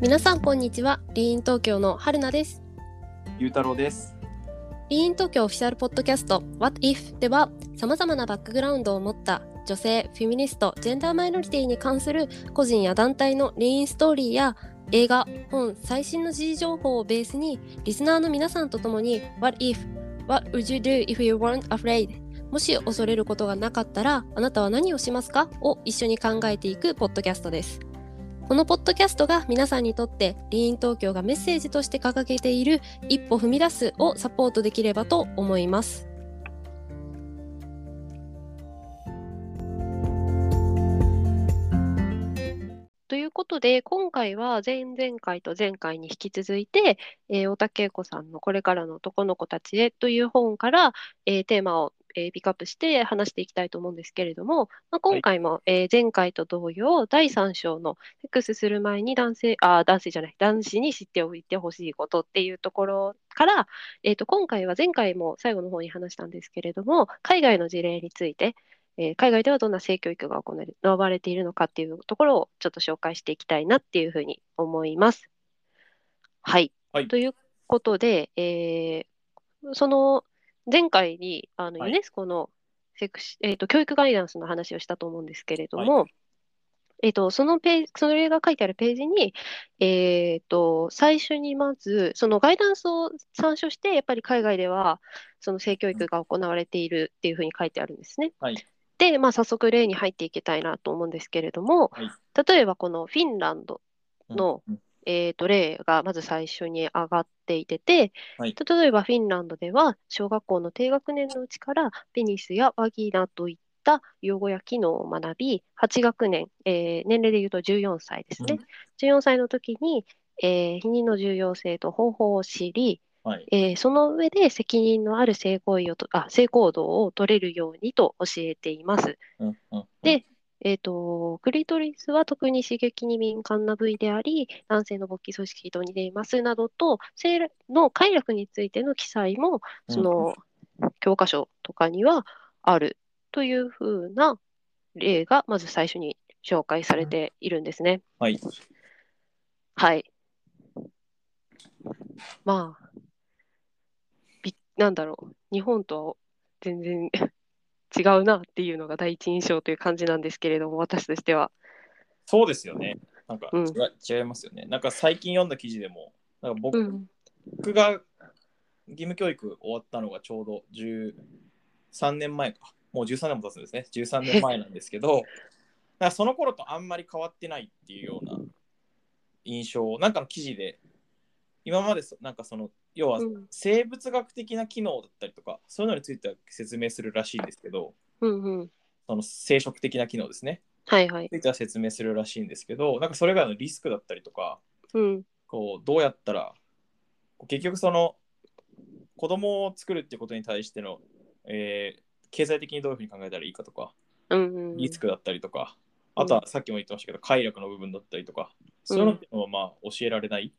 皆さんこんにちはリーン東京の春菜ですゆうたろうです。リーン東京オフィシャルポッドキャスト What If ではさまざまなバックグラウンドを持った女性、フェミニスト、ジェンダーマイノリティに関する個人や団体のリーンストーリーや映画、本、最新の時事情報をベースにリスナーの皆さんと共に What if? What would you do if you weren't afraid? もし恐れることがなかったらあなたは何をしますかを一緒に考えていくポッドキャストです。このポッドキャストが皆さんにとってリーン東京がメッセージとして掲げている一歩踏み出すをサポートできればと思います。ということで今回は前々回と前回に引き続いて、えー、太田恵子さんの「これからの男の子たちへ」という本から、えーテーマを、えーピックアップして話していきたいと思うんですけれども、まあ、今回も、えー前回と同様第3章のセックスする前に男性、あ、男性じゃない、男子に知っておいてほしいことっていうところから、えっと、今回は前回も最後の方に話したんですけれども、海外の事例について、えー海外ではどんな性教育が行われているのかっていうところをちょっと紹介していきたいなっていうふうに思います。はい。はいということで、えーその前回にあのはいユネスコのセクシ、えーと教育ガイダンスの話をしたと思うんですけれども、えっと、そのページ、それが書いてあるページに、えっと、最初にまず、そのガイダンスを参照して、やっぱり海外では、その性教育が行われているっていうふうに書いてあるんですね。はいで、まあ、早速例に入っていきたいなと思うんですけれども、はい例えばこのフィンランドの、うんえーと例がまず最初に上がっていてて、はい例えばフィンランドでは小学校の低学年のうちからペニスやワギナといった用語や機能を学び、8学年、えー年齢でいうと14歳ですね。14歳の時に、えー避妊の重要性と方法を知り、はい。えーその上で責任のある性行為をとあ性行動を取れるようにと教えています。うんうんで、えーと、クリトリスは特に刺激に敏感な部位であり、男性の勃起組織と似ていますなどと、性の快楽についての記載も、その教科書とかにはあるというふうな例が、まず最初に紹介されているんですね。はい。はい。まあ、び、なんだろう、日本とは全然 違うなっていうのが第一印象という感じなんですけれども、私としては。そうですよね。なんか、うん違違いますよね。なんか最近読んだ記事でも、なんか僕うん。僕が義務教育終わったのがちょうど13年前か。もう13年も経つんですね。13年前なんです けど、なんかその頃とあんまり変わってないっていうような印象を、なんかの記事で、今までそなんかその、要はうん生物学的な機能だったりとか、そういうのについては説明するらしいんですけど、うんうん。その生殖的な機能ですね。はいはい。については説明するらしいんですけど、なんかそれがのリスクだったりとか、うん。こうどうやったら、こう結局その子供を作るっていうことに対しての、えー経済的にどういうふうに考えたらいいかとか、うんうん。リスクだったりとか、あとはさっきも言ってましたけど、快楽の部分だったりとか、そういうのっていうのはまあ教えられない、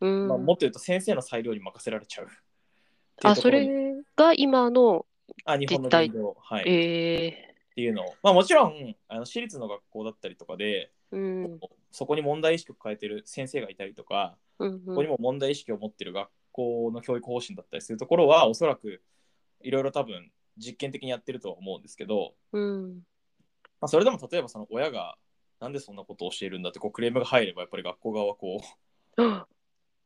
うん。まあ、もっと言うと先生の裁量に任せられちゃう。あ、ってそいうところにれが今の、あ日本の実態現状、はい、っえていうのを、まあ、もちろんあの私立の学校だったりとかで、ーうん。そこに問題意識を変えてる先生がいたりとか、うんうここにん。も問題意識を持ってる学校の教育方針だったりするところはおそらくいろいろ多分実験的にやってるとは思うんですけど、うん。まあ、それでも例えばその親がなんでそんなことを教えるんだってこうクレームが入ればやっぱり学校側はこあ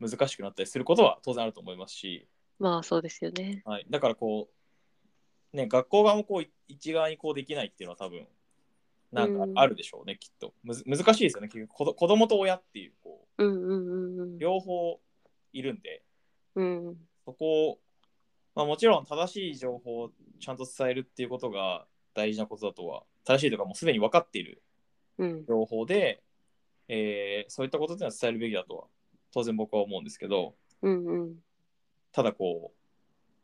う 難しくなったりすることは当然あると思いますし、まあ、そうですよね。はい、だからこう、ね、学校側もこう一概にこうできないっていうのは多分なんかあるでしょうね、きっとむず難しいですよね結局子ど子供と親っていうこうんうんうんう両方いるんで。うん。うん。そこを、まあ、もちろん正しい情報をちゃんと伝えるっていうことが大事なことだとは、正しいというかもうすでに分かっているうん。情報で、えーそういったことっていうのは伝えるべきだとは、当然僕は思うんですけど、うんうん。ただこう、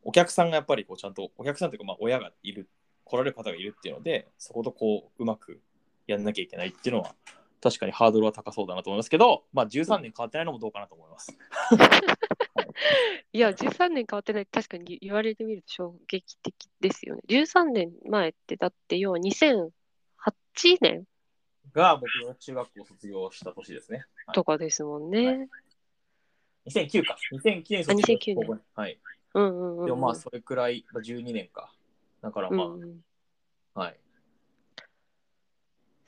お客さんがやっぱりこうちゃんと、お客さんというかまあ親がいる、来られる方がいるっていうので、そことこう、うまくやんなきゃいけないっていうのは、確かにハードルは高そうだなと思いますけど、まあ13年変わってないのもどうかなと思います。いや、13年変わってないって確かに言われてみると衝撃的ですよね。13年前って、だって要は2008年が僕が中学校を卒業した年ですね。はいとかですもんね。は2009か。2009年卒あ2009年高校はい。うんうんうんうん。でもまあ、それくらい、まあ12年か。だからまあ、うんうんはい。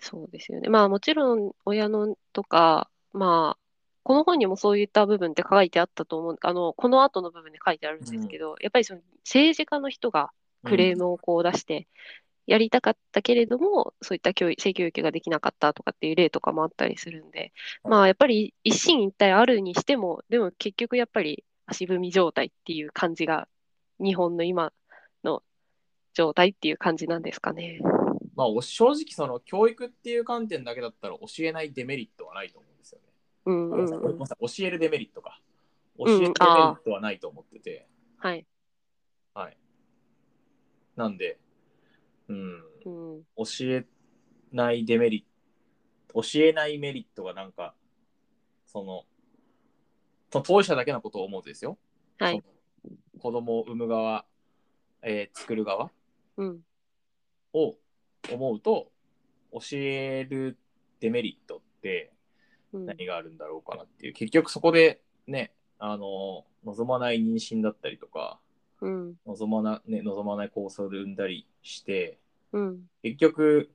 そうですよね。まあもちろん親のとか、まあこの本にもそういった部分って書いてあったと思う、あのこの後の部分で書いてあるんですけど、やっぱりその政治家の人がクレームをこう出して、やりたかったけれども、そういった教育、性教育ができなかったとかっていう例とかもあったりするんで、まあやっぱり一進一退あるにしても、でも結局やっぱり足踏み状態っていう感じが、日本の今の状態っていう感じなんですかね。まあ、お正直、その教育っていう観点だけだったら教えないデメリットはないと思うんですよね。うんうんごうめんん。なさい教えるデメリットか。教んえるデメリットはないと思ってて。はい。はい。なんで、うん、うん教えないデメリット、教えないメリットがなんか、その、その当事者だけのことを思うんですよ。はい。子供を産む側、えー作る側うん。を思うと、教えるデメリットって、うん何があるんだろうかなっていう、結局そこでねあの望まない妊娠だったりとかうん望まな、ね、望まない交渉で産んだりしてうん結局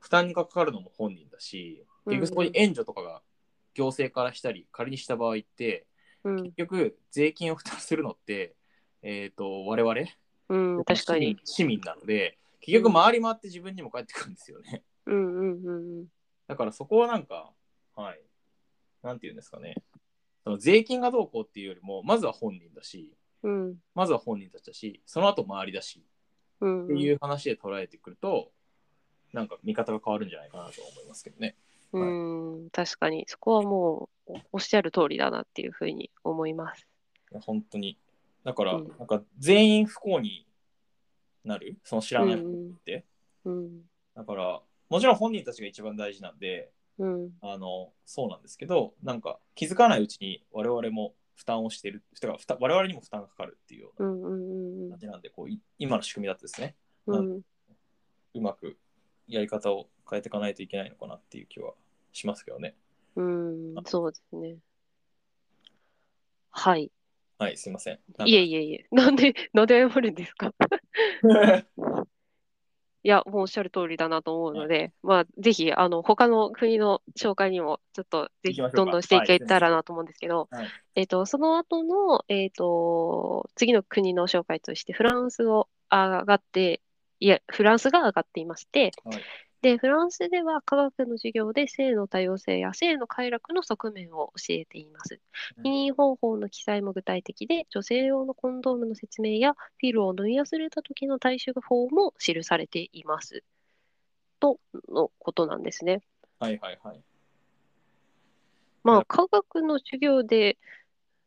負担がかかるのも本人だし結局そこにうん援助とかが行政からしたり仮にした場合ってうん結局税金を負担するのって、えー、と我々うん確かに。市民なので結局回り回って自分にも返ってくるんですよね。うんうんうんうんだからそこはなんか、はい、なんていうんですかね、その税金がどうこうっていうよりも、まずは本人だし、うんまずは本人たちだし、その後周りだしうんっていう話で捉えてくると、なんか見方が変わるんじゃないかなと思いますけどね。うん確かにそこはもうおっしゃる通りだなっていうふうに思います。いや本当に。だから、うんなんか全員不幸になる、その知らない人うんって。うんだから、もちろん本人たちが一番大事なんで、うんあのそうなんですけど、なんか気づかないうちに我々も負担をしてる、てか負担我々にも負担がかかるっていうようなうんうん感じなんで、こうい今の仕組みだとですね、うんうまくやり方を変えていかないといけないのかなっていう気はしますけどね。うんそうですね。はい。はい、すいません。いえいえいえ。なんで、なんで謝るんですかえ。いや、もうおっしゃる通りだなと思うので、まあ、ぜひ、あの、他の国の紹介にも、ちょっと、ぜ行ひ、きましょうかどんどんしていけたらなと思うんですけど、はいえっと、その後の、えっと、次の国の紹介として、フランスを上がって、いや、フランスが上がっていまして、はいで、フランスでは科学の授業で性の多様性や性の快楽の側面を教えています。うん避妊方法の記載も具体的で、女性用のコンドームの説明や、フィルを縫い忘れた時の対処法も記されています。とのことなんですね。 はいはいはい。まなあ、る科学の授業で、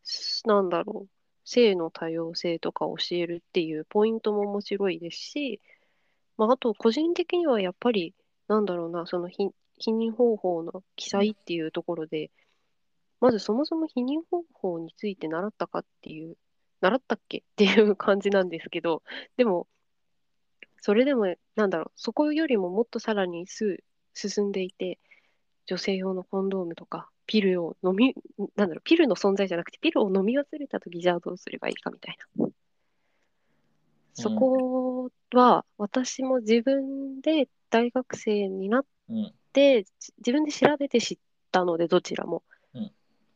すなんだろう、性の多様性とか教えるっていうポイントも面白いですし、まあ、あと、個人的にはやっぱり、なんだろうな、その避避妊方法の記載っていうところで、まずそもそも避妊方法について習ったかっていう、習ったっけ っていう感じなんですけど、でも、それでも、なんだろう、そこよりももっとさらにす進んでいて、女性用のコンドームとか、ピルを飲み、なんだろう、ピルの存在じゃなくて、ピルを飲み忘れたとき、じゃあどうすればいいかみたいな。そこは、私も自分で大学生になっうん。て、じ自分で調べて知ったので、どちらも。うん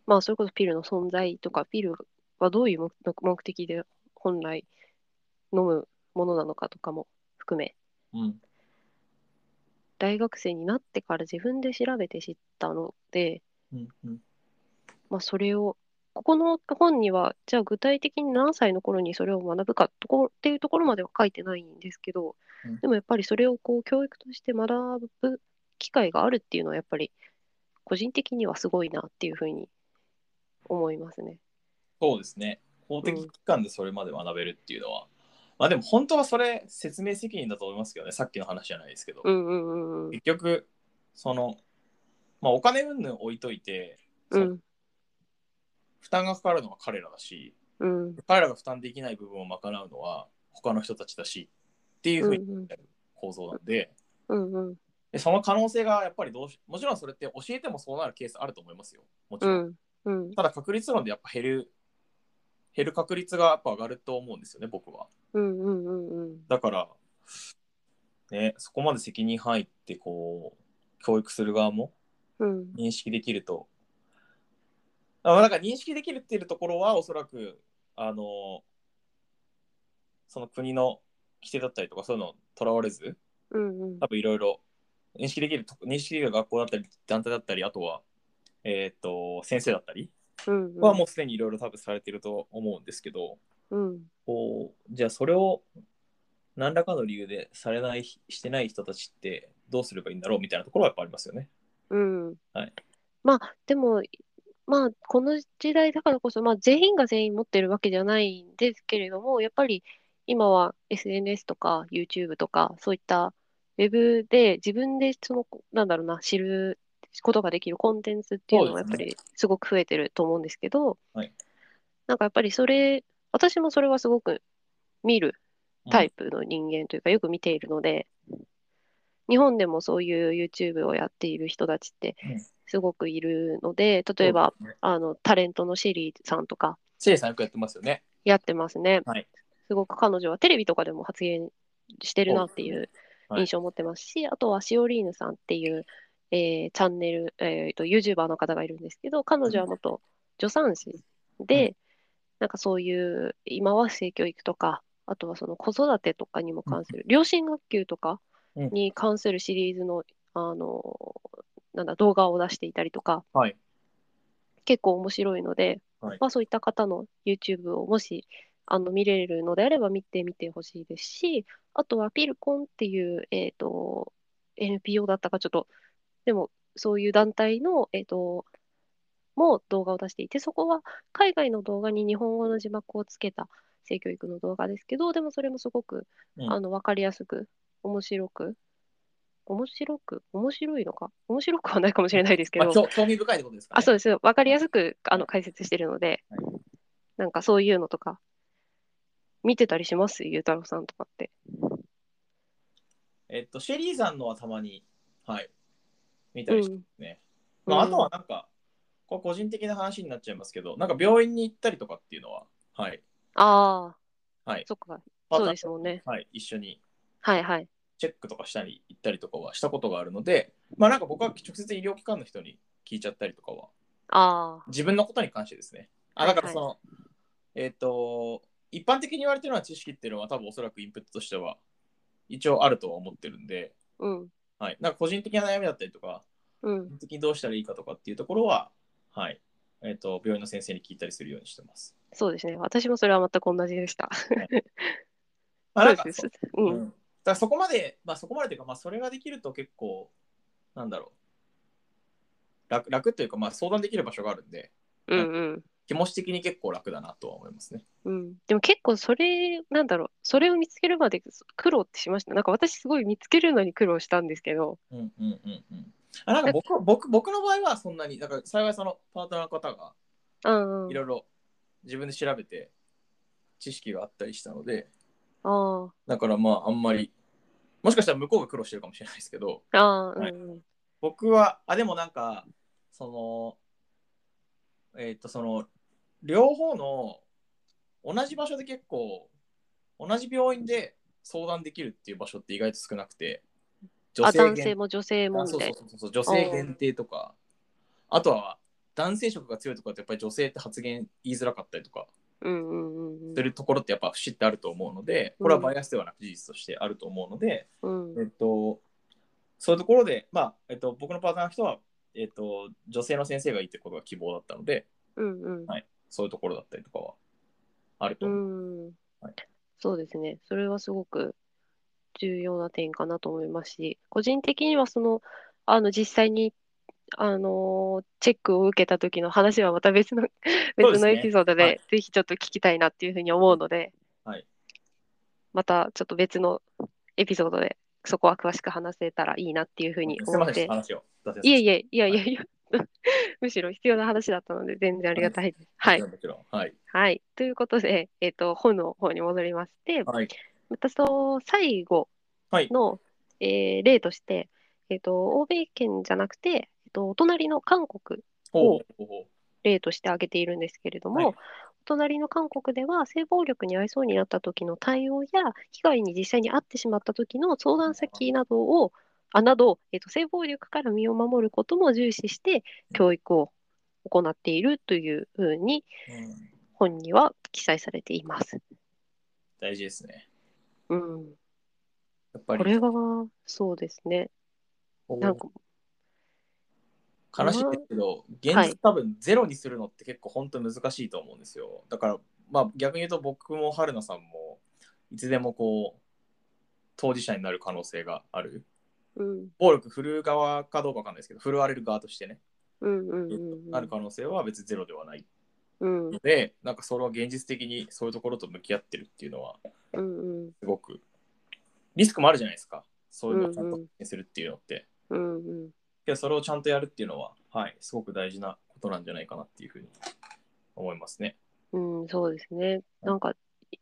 まあ、それこそピルの存在とか、ピルはどういう目目的で本来飲むものなのかとかも含め、うん。大学生になってから自分で調べて知ったので、うん。うん。まあ、それを、ここの本には、じゃあ具体的に何歳の頃にそれを学ぶかとこっていうところまでは書いてないんですけどうん、でもやっぱりそれをこう教育として学ぶ機会があるっていうのは、やっぱり個人的にはすごいなっていうふうに思いますね。そうですね。法的機関でそれまで学べるっていうのは。まあでも本当はそれ説明責任だと思いますけどね。さっきの話じゃないですけど。うんうんうん結局、その、まあお金云々置いといて、うそのん。負担がかかるのは彼らだし、うんうん彼らが負担できない部分を賄うのは他の人たちだしっていうふうにうん構造なんで、うんうんでその可能性がやっぱりどうしもちろんそれって教えてもそうなるケースあると思いますよ。もちうろん。ん、うん、ただ確率論でやっぱ減る、減る確率がやっぱ上がると思うんですよね、僕は。うん、うん、うん、うん。だから、ね、そこまで責任範囲ってこう、教育する側もうん、認識できると。あなんか認識できるっていうところは、おそらく、あの、その国の規定だったりとか、そういうのとらわれず、うん、うん多。分いろいろ認識できると、認識できる学校だったり、団体だったり、あとは、えっ、と、先生だったりうん、はもうすでにいろいろ多分されてると思うんですけど、うん、こうじゃあそれを何らかの理由でされないしてない人たちってどうすればいいんだろうみたいなところはやっぱありますよね。うん。はいまあ、でも、まあ、この時代だからこそ、まあ、全員が全員持ってるわけじゃないんですけれども、やっぱり今は SNS とか YouTube とか、そういったウェブで自分でその、なんだろうな、知ることができるコンテンツっていうのがやっそぱうですねりすごく増えてると思うんですけどはい、なんかやっぱりそれ、私もそれはすごく見るタイプの人間というか、よく見ているので、日本でもそういう YouTube をやっている人たちってうんすごくいるので、例えば、そうですね、あのタレントのシェリーさんとかせいさんよくやってますよね。やってますね。はいすごく彼女はテレビとかでも発言してるなっていうはい印象を持ってますし、あとはシオリーヌさんっていう、えーチャンネル、えー、と YouTuber の方がいるんですけど、彼女は元助産師で、なんかそういう今は性教育とか、あとはその子育てとかにも関する、両親学級とかうんに関するシリーズの、あのなんだ動画を出していたりとか、はい。結構面白いので、はいまあ、そういった方の YouTube をもしあの見れるのであれば見てみてほしいですし、あとはピルコンっていう、えー、と NPO だったかちょっと、でもそういう団体の、えー、とも動画を出していて、そこは海外の動画に日本語の字幕をつけた性教育の動画ですけど、でもそれもすごく、うんあの分かりやすく、面白く、面白く、面白いのか、面白くはないかもしれないですけまどあ、、興興味深いってことですか、ね、あ、そううです。わかりやすくあの解説してるので、はいなんかそういうのとか、見てたりしますゆうたろうさんとかって。えっと、シェリーさんのはたまに、はい、見たうりしてん。ますね。まあ、あとはなんか、これ個人的な話になっちゃいますけど、なんか病院に行ったりとかっていうのは、はい、ああ、はいそっか。そパートうナでーすもんね。はい、一緒にはいはい。チェックとかしたり行ったりとかはしたことがあるので、まあなんか僕は直接医療機関の人に聞いちゃったりとかは、あ自分のことに関してですね。あだからその、えっ、と、一般的に言われてるのは知識っていうのは多分おそらくインプットとしては一応あるとは思ってるんで、あ、うん。はい、なんか個人的な悩みだったりとか、うん個。人的にどうしたらいいかとかっていうところは、はい、えっ、と、病院の先生に聞いたりするようにしてます。そうですね。私もそれは全く同じでした。まあなんかそうですそうね。ううんん。だからそこまで、まあ、そこまでというか、まあ、それができると結構、なんだろう、楽楽というか、まあ、相談できる場所があるんで、うんうん。気持ち的に結構楽だなとは思いますね。うん、でも結構それ、なんだろう、それを見つけるまで苦労ってしました。なんか私すごい見つけるのに苦労したんですけど、うんうんうんうん。あなんか僕は僕僕の場合はそんなに、だから幸いそのパートナーの方がうんういん、あろいろ自分で調べて知識があったりしたので、あ、だからまああんまり、もしかしたら向こうが苦労してるかもしれないですけど、ああ、はいうんうん、僕はあでもなんかそのえっ、とその両方の同じ場所で結構同じ病院で相談できるっていう場所って意外と少なくてあ、女男限性も女性もあみそうたそいうな。そうそう女性限定とかあとは男性色が強いとかってやっぱり女性って発言言いづらかったりとかうんうんうんするところってやっぱ節ってあると思うのでこれはバイアスではなく事実としてあると思うので、うん。うえっん。と、そういうところで、まあ、えっと、僕のパートナーの人は、えっと、女性の先生がいいってことが希望だったので、うんうん。はいそういうところだったりとかはあるとう思う。んはい。そうですね。それはすごく重要な点かなと思いますし、個人的にはその、あの、実際に、あのーチェックを受けた時の話はまた 別の、そうで別すのねエピソードはでい、ぜひちょっと聞きたいなっていうふうに思うので、はいまたちょっと別のエピソードで、そこは詳しく話せたらいいなっていうふうにすみ思まっせんでしてた、、話を出せいえいえ、いやいやいや、むしろ必要な話だったので、全然ありがたいです。ははいい。。もちろん。はい。はい。ということで、えっと、本の方に戻りまして、はい。またその最後はい。の、えー例として、えっと、欧米圏じゃなくて、えっと、お隣の韓国ほうほうほう例として挙げているんですけれども、はいお隣の韓国では性暴力に遭いそうになった時の対応や被害に実際に遭ってしまった時の相談先などをあなど、えっと、性暴力から身を守ることも重視して教育を行っているというふうにうん本には記載されています。大事ですね。うん、やっぱこりれはそうですね。こうなんか悲しいですけど、は現い実多分ゼロにするのって結構本当難しいと思うんですよ。だから、まあ逆に言うと僕も春菜さんもいつでもこう当事者になる可能性がある。うん暴力振るう側かどうかわかんないですけど、振るわれる側としてね、うんうんうんうんある可能性は別にゼロではないうんので、なんかそれは現実的にそういうところと向き合ってるっていうのはうんうんすごくリスクもあるじゃないですか。そういうのをちゃんと発見するっていうのって。うんうんけどそれをちゃんとやるっていうのは、はい、すごく大事なことなんじゃないかなっていうふうに思いますね。うん、そうですね。なんか、い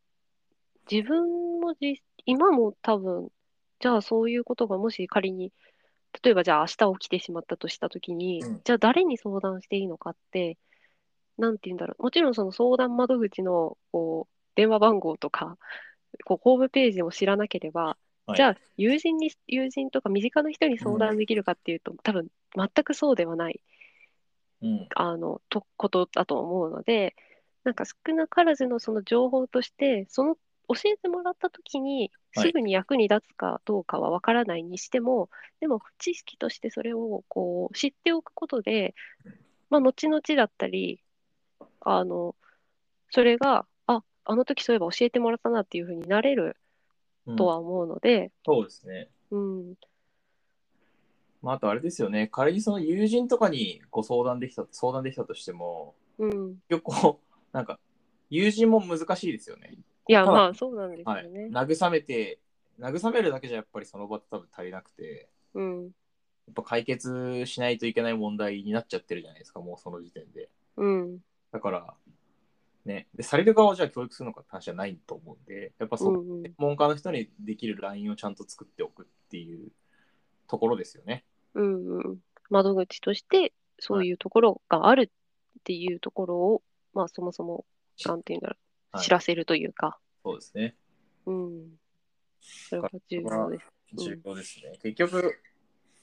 自分もじ、今も多分、じゃあそういうことがもし仮に、例えばじゃあ明日起きてしまったとしたときにうん、じゃあ誰に相談していいのかって、なんて言うんだろう。もちろんその相談窓口の、こう、電話番号とか、こう、ホームページを知らなければ、はいじゃあ友人に、友人とか身近な人に相談できるかっていうと、多分全くそうではない。うん。あのとことだと思うのでなんか少なからずのその情報としてその教えてもらった時にはいすぐに役に立つかどうかは分からないにしても、でも知識としてそれをこう知っておくことで、まあ、後々だったりあのそれがああの時そういえば教えてもらったなっていうふうになれるうんとは思うので、そうですね。うん、まあ、あとあれですよね、仮にその友人とかにご相談できた相談できたとしても、うん、結構、なんか、友人も難しいですよね。いやただまあそうなんですよはい。ね。慰めて、慰めるだけじゃやっぱりその場って多分足りなくて、うん、やっぱ解決しないといけない問題になっちゃってるじゃないですか、もうその時点で。うん、だから、ね、でされる側をじゃあ教育するのかって話じゃないと思うんで、やっぱうそこん、うん専門家の人にできるラインをちゃんと作っておくっていうところですよね。うんうん、窓口としてそういうところがあるっていうところを、まあそもそもなんていうんだろう、はい知らせるというか、そうですね。うん、それが重要です。重要ですね。結局、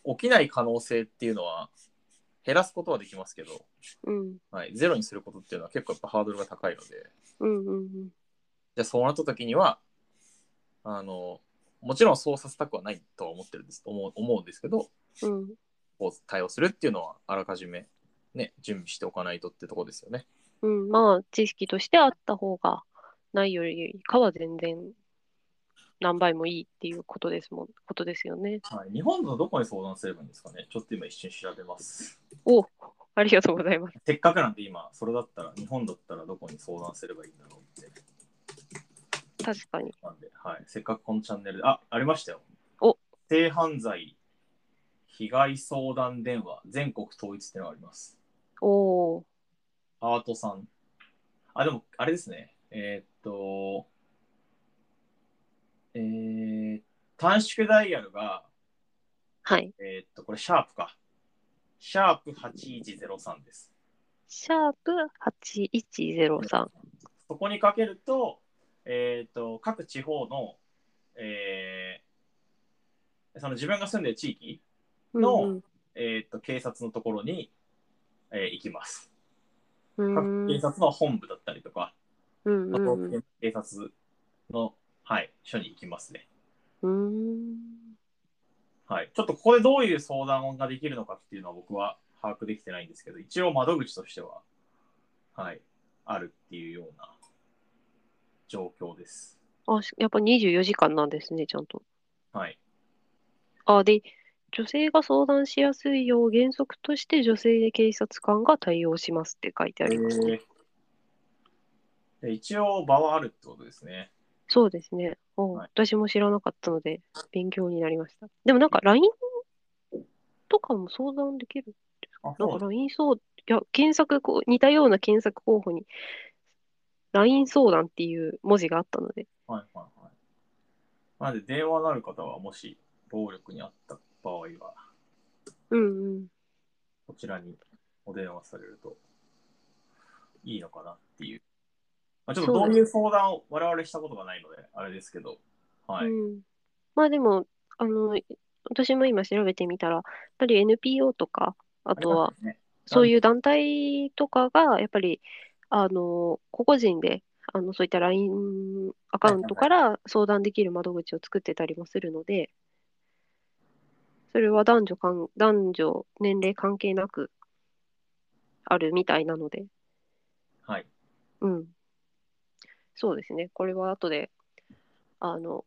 起きない可能性っていうのは減らすことはできますけど、うん、はい、ゼロにすることっていうのは結構やっぱハードルが高いので、じうん、うん、ゃあそうなった時には、あの、もちろんそうさせたくはないとは思ってるんです思う思うんですけど、うん、こう対応するっていうのはあらかじめ、ね、準備しておかないとってとこですよね。うん、うん、まあ知識としてあった方がないよりかは全然何倍もいいっていうことですもん、ことですよね。はい、日本のどこに相談すればいいんですかねちょっと今一瞬調べます。お、ありがとうございます。せっかくなんで今、それだったら、日本だったらどこに相談すればいいんだろうって。確かに。なんで、はい、せっかくこのチャンネルで、あ、ありましたよ。お性犯罪被害相談電話全国統一ってのがあります。おー、アートさん。あ、でも、あれですね。えーっと、えー、短縮ダイヤルが、はい。えーっと、これ、シャープか。シャープ8103です。シャープ8103。そこにかけると、えっ、と、各地方の、えーその自分が住んでる地域、うんえっ、と、警察のところに、えー行きます。うん、各うー警ん察の本部だったりとか、うん都う道ん府県警察の、はい、署に行きますね。うん、うーんはい。ちょっとここでどういう相談ができるのかっていうのは僕は把握できてないんですけど、一応窓口としては、はい、あるっていうような状況です。あ、しやっぱ24時間なんですね、ちゃんと。はい。あ、で、女性が相談しやすいよう原則として女性警察官が対応しますって書いてありますね。で一応場はあるってことですね。そうですね。おうはい私も知らなかったので勉強になりました。でもなんか LINE とかも相談できる。あなんか LINE 相、いや、検索こう、似たような検索候補に LINE 相談っていう文字があったので。はいはいはい。なので電話のある方はもし暴力にあった場合は、うんうん。こちらにお電話されるといいのかなっていう。まあ、ちょっとどういう相談を我々したことがないので、あれですけど、はい。うん、まあでもあの私も今調べてみたらやっぱり NPO とかあとはありますねそういう団体とかがやっぱりあの個々人であのそういった LINE アカウントから相談できる窓口を作ってたりもするのでそれは男女間男女年齢関係なくあるみたいなのではい。うん。そうですね。これは後で、あの、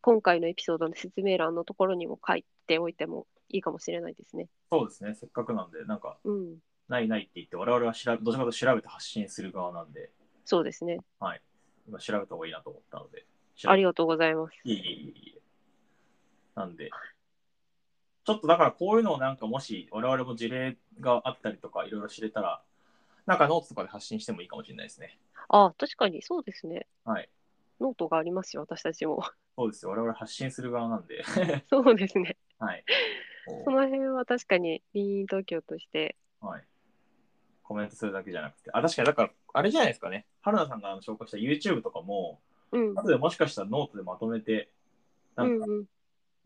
今回のエピソードの説明欄のところにも書いておいてもいいかもしれないですね。そうですね、せっかくなんで、なんか、うん。ないないって言って、我々は調べどちらかというと調べて発信する側なんで、そうですね。はい。今調べた方がいいなと思ったので、ありがとうございます。いえいえいえいえ。なんで、ちょっとだからこういうのをなんかもし我々も事例があったりとかいろいろ知れたら、なんかノートとかで発信してもいいかもしれないですね。あ、確かにそうですね。はい。ノートがありますよ、私たちも。 そうですよ。我々発信する側なんで。 そうですね。はい。こその辺は確かに、民意東京として。うはい。コメントするだけじゃなくて。あ、確かに、だから、あれじゃないですかね。春菜さんがあの紹介した YouTube とかも、うん。後でもしかしたらノートでまとめて、うなんんか、うん。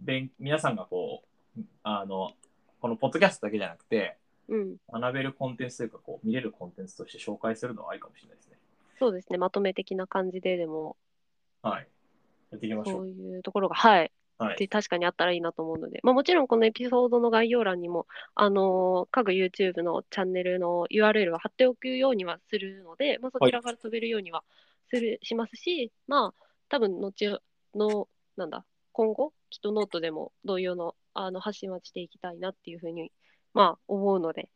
べん皆さんがこう、あの、このポッドキャストだけじゃなくて、うん。学べるコンテンツというかこう見れるコンテンツとして紹介するのはありかもしれないですね。そうですね。まとめ的な感じででも、はい。やっていきましょそうう。いうところが、はい。はでい。確かにあったらいいなと思うので、まあ、もちろんこのエピソードの概要欄にも、あのー各 YouTube のチャンネルの URL は貼っておくようにはするので、まあ、そちらから飛べるようにはする、しますし、まあ、多分後の、なんだ、今後、きっとノートでも同様のあの発信はしていきたいなっていうふうに、まあ、思うので、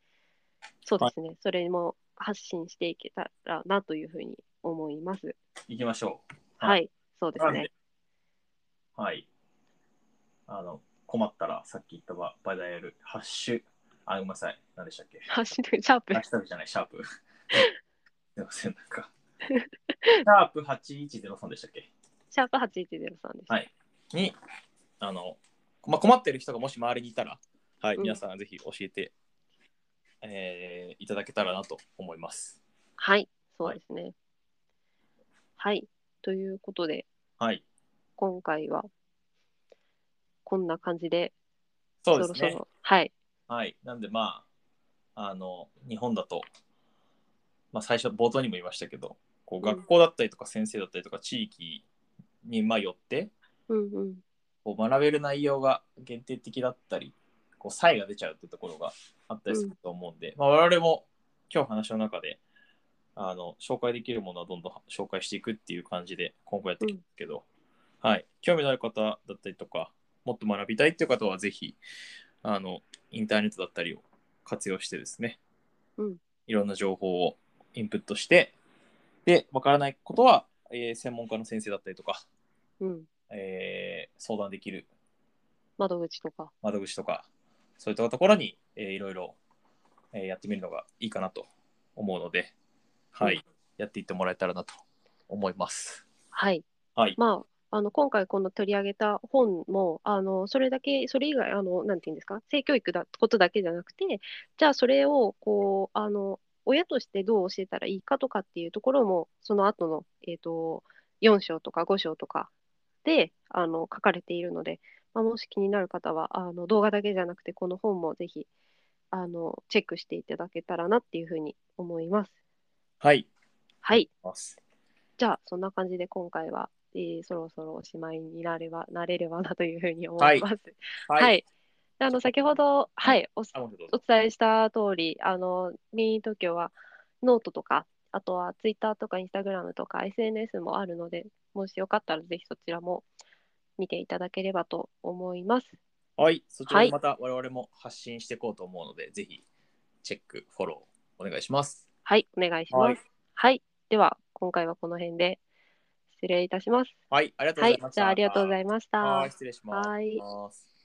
そうですね、それも発信していけたらなというふうに思います。行きましょははいい、そうでう。すなんねで。はい。あの、困ったらさっき言ったばバイダイヤル、ハッシュ、あ、ごめんなさい。何でしたっけハッシュタグシャープハッ。シュタグじゃない、シャ ープ。すいません、なんか。シャープ8103でしたっけシャープ8103です。はいに、あの、まあ、困ってる人がもし周りにいたら、はい、うん皆さんぜひ教えて、えーいただけたらなと思います。はい、そうですね。はい、ということで、はい。今回はこんな感じで、そうですね。ろそろ、はい、はい。なんで、まあ、あの、日本だと、まあ、最初、冒頭にも言いましたけど、こううん学校だったりとか、先生だったりとか、地域に、まあ、よって、うんうん、こう学べる内容が限定的だったり、こう差異が出ちゃうってところがあったりすると思うんで、まあ、我々も今日話の中で、あの紹介できるものはどんどん紹介していくっていう感じで今後やっていくんですけど、はい、興味のある方だったりとかもっと学びたいっていう方はぜひあのインターネットだったりを活用してですね、うんいろんな情報をインプットしてでわからないことは、えー専門家の先生だったりとか、うん、えー相談できる窓口とか、窓口とかそういったところに、えーいろいろ、えーやってみるのがいいかなと思うので、はいうんやっていってもらえたらなと思います。はい、はい、まあ、あの今回この取り上げた本も、あのそれだけ、それ以外、あのなんていうんですか、性教育だことだけじゃなくて、じゃあそれをこうあの親としてどう教えたらいいかとかっていうところも、その後の、えー、と4章とか5章とかであの書かれているので、まあ、もし気になる方はあの動画だけじゃなくて、この本もぜひあのチェックしていただけたらなっていうふうに思います。はい、はいますじゃあそんな感じで今回は、えーそろそろおしまいになればなれればなというふうに思います。はい。であの先ほど、はい、おあもうどうおぞ伝えした通り、あの、ミー東京はノートとか、あとはツイッターとかインスタグラムとか SNS もあるので、もしよかったらぜひそちらも見ていただければと思います。はい、そちらでまた我々も発信していこうと思うので、ぜひチェック、フォローお願いします。はい、お願いします。ははいい、では今回はこの辺で失礼いたします。はい、ありがとうはございいまし、じた。ゃあありがとうございいました。はい、失礼します。はいます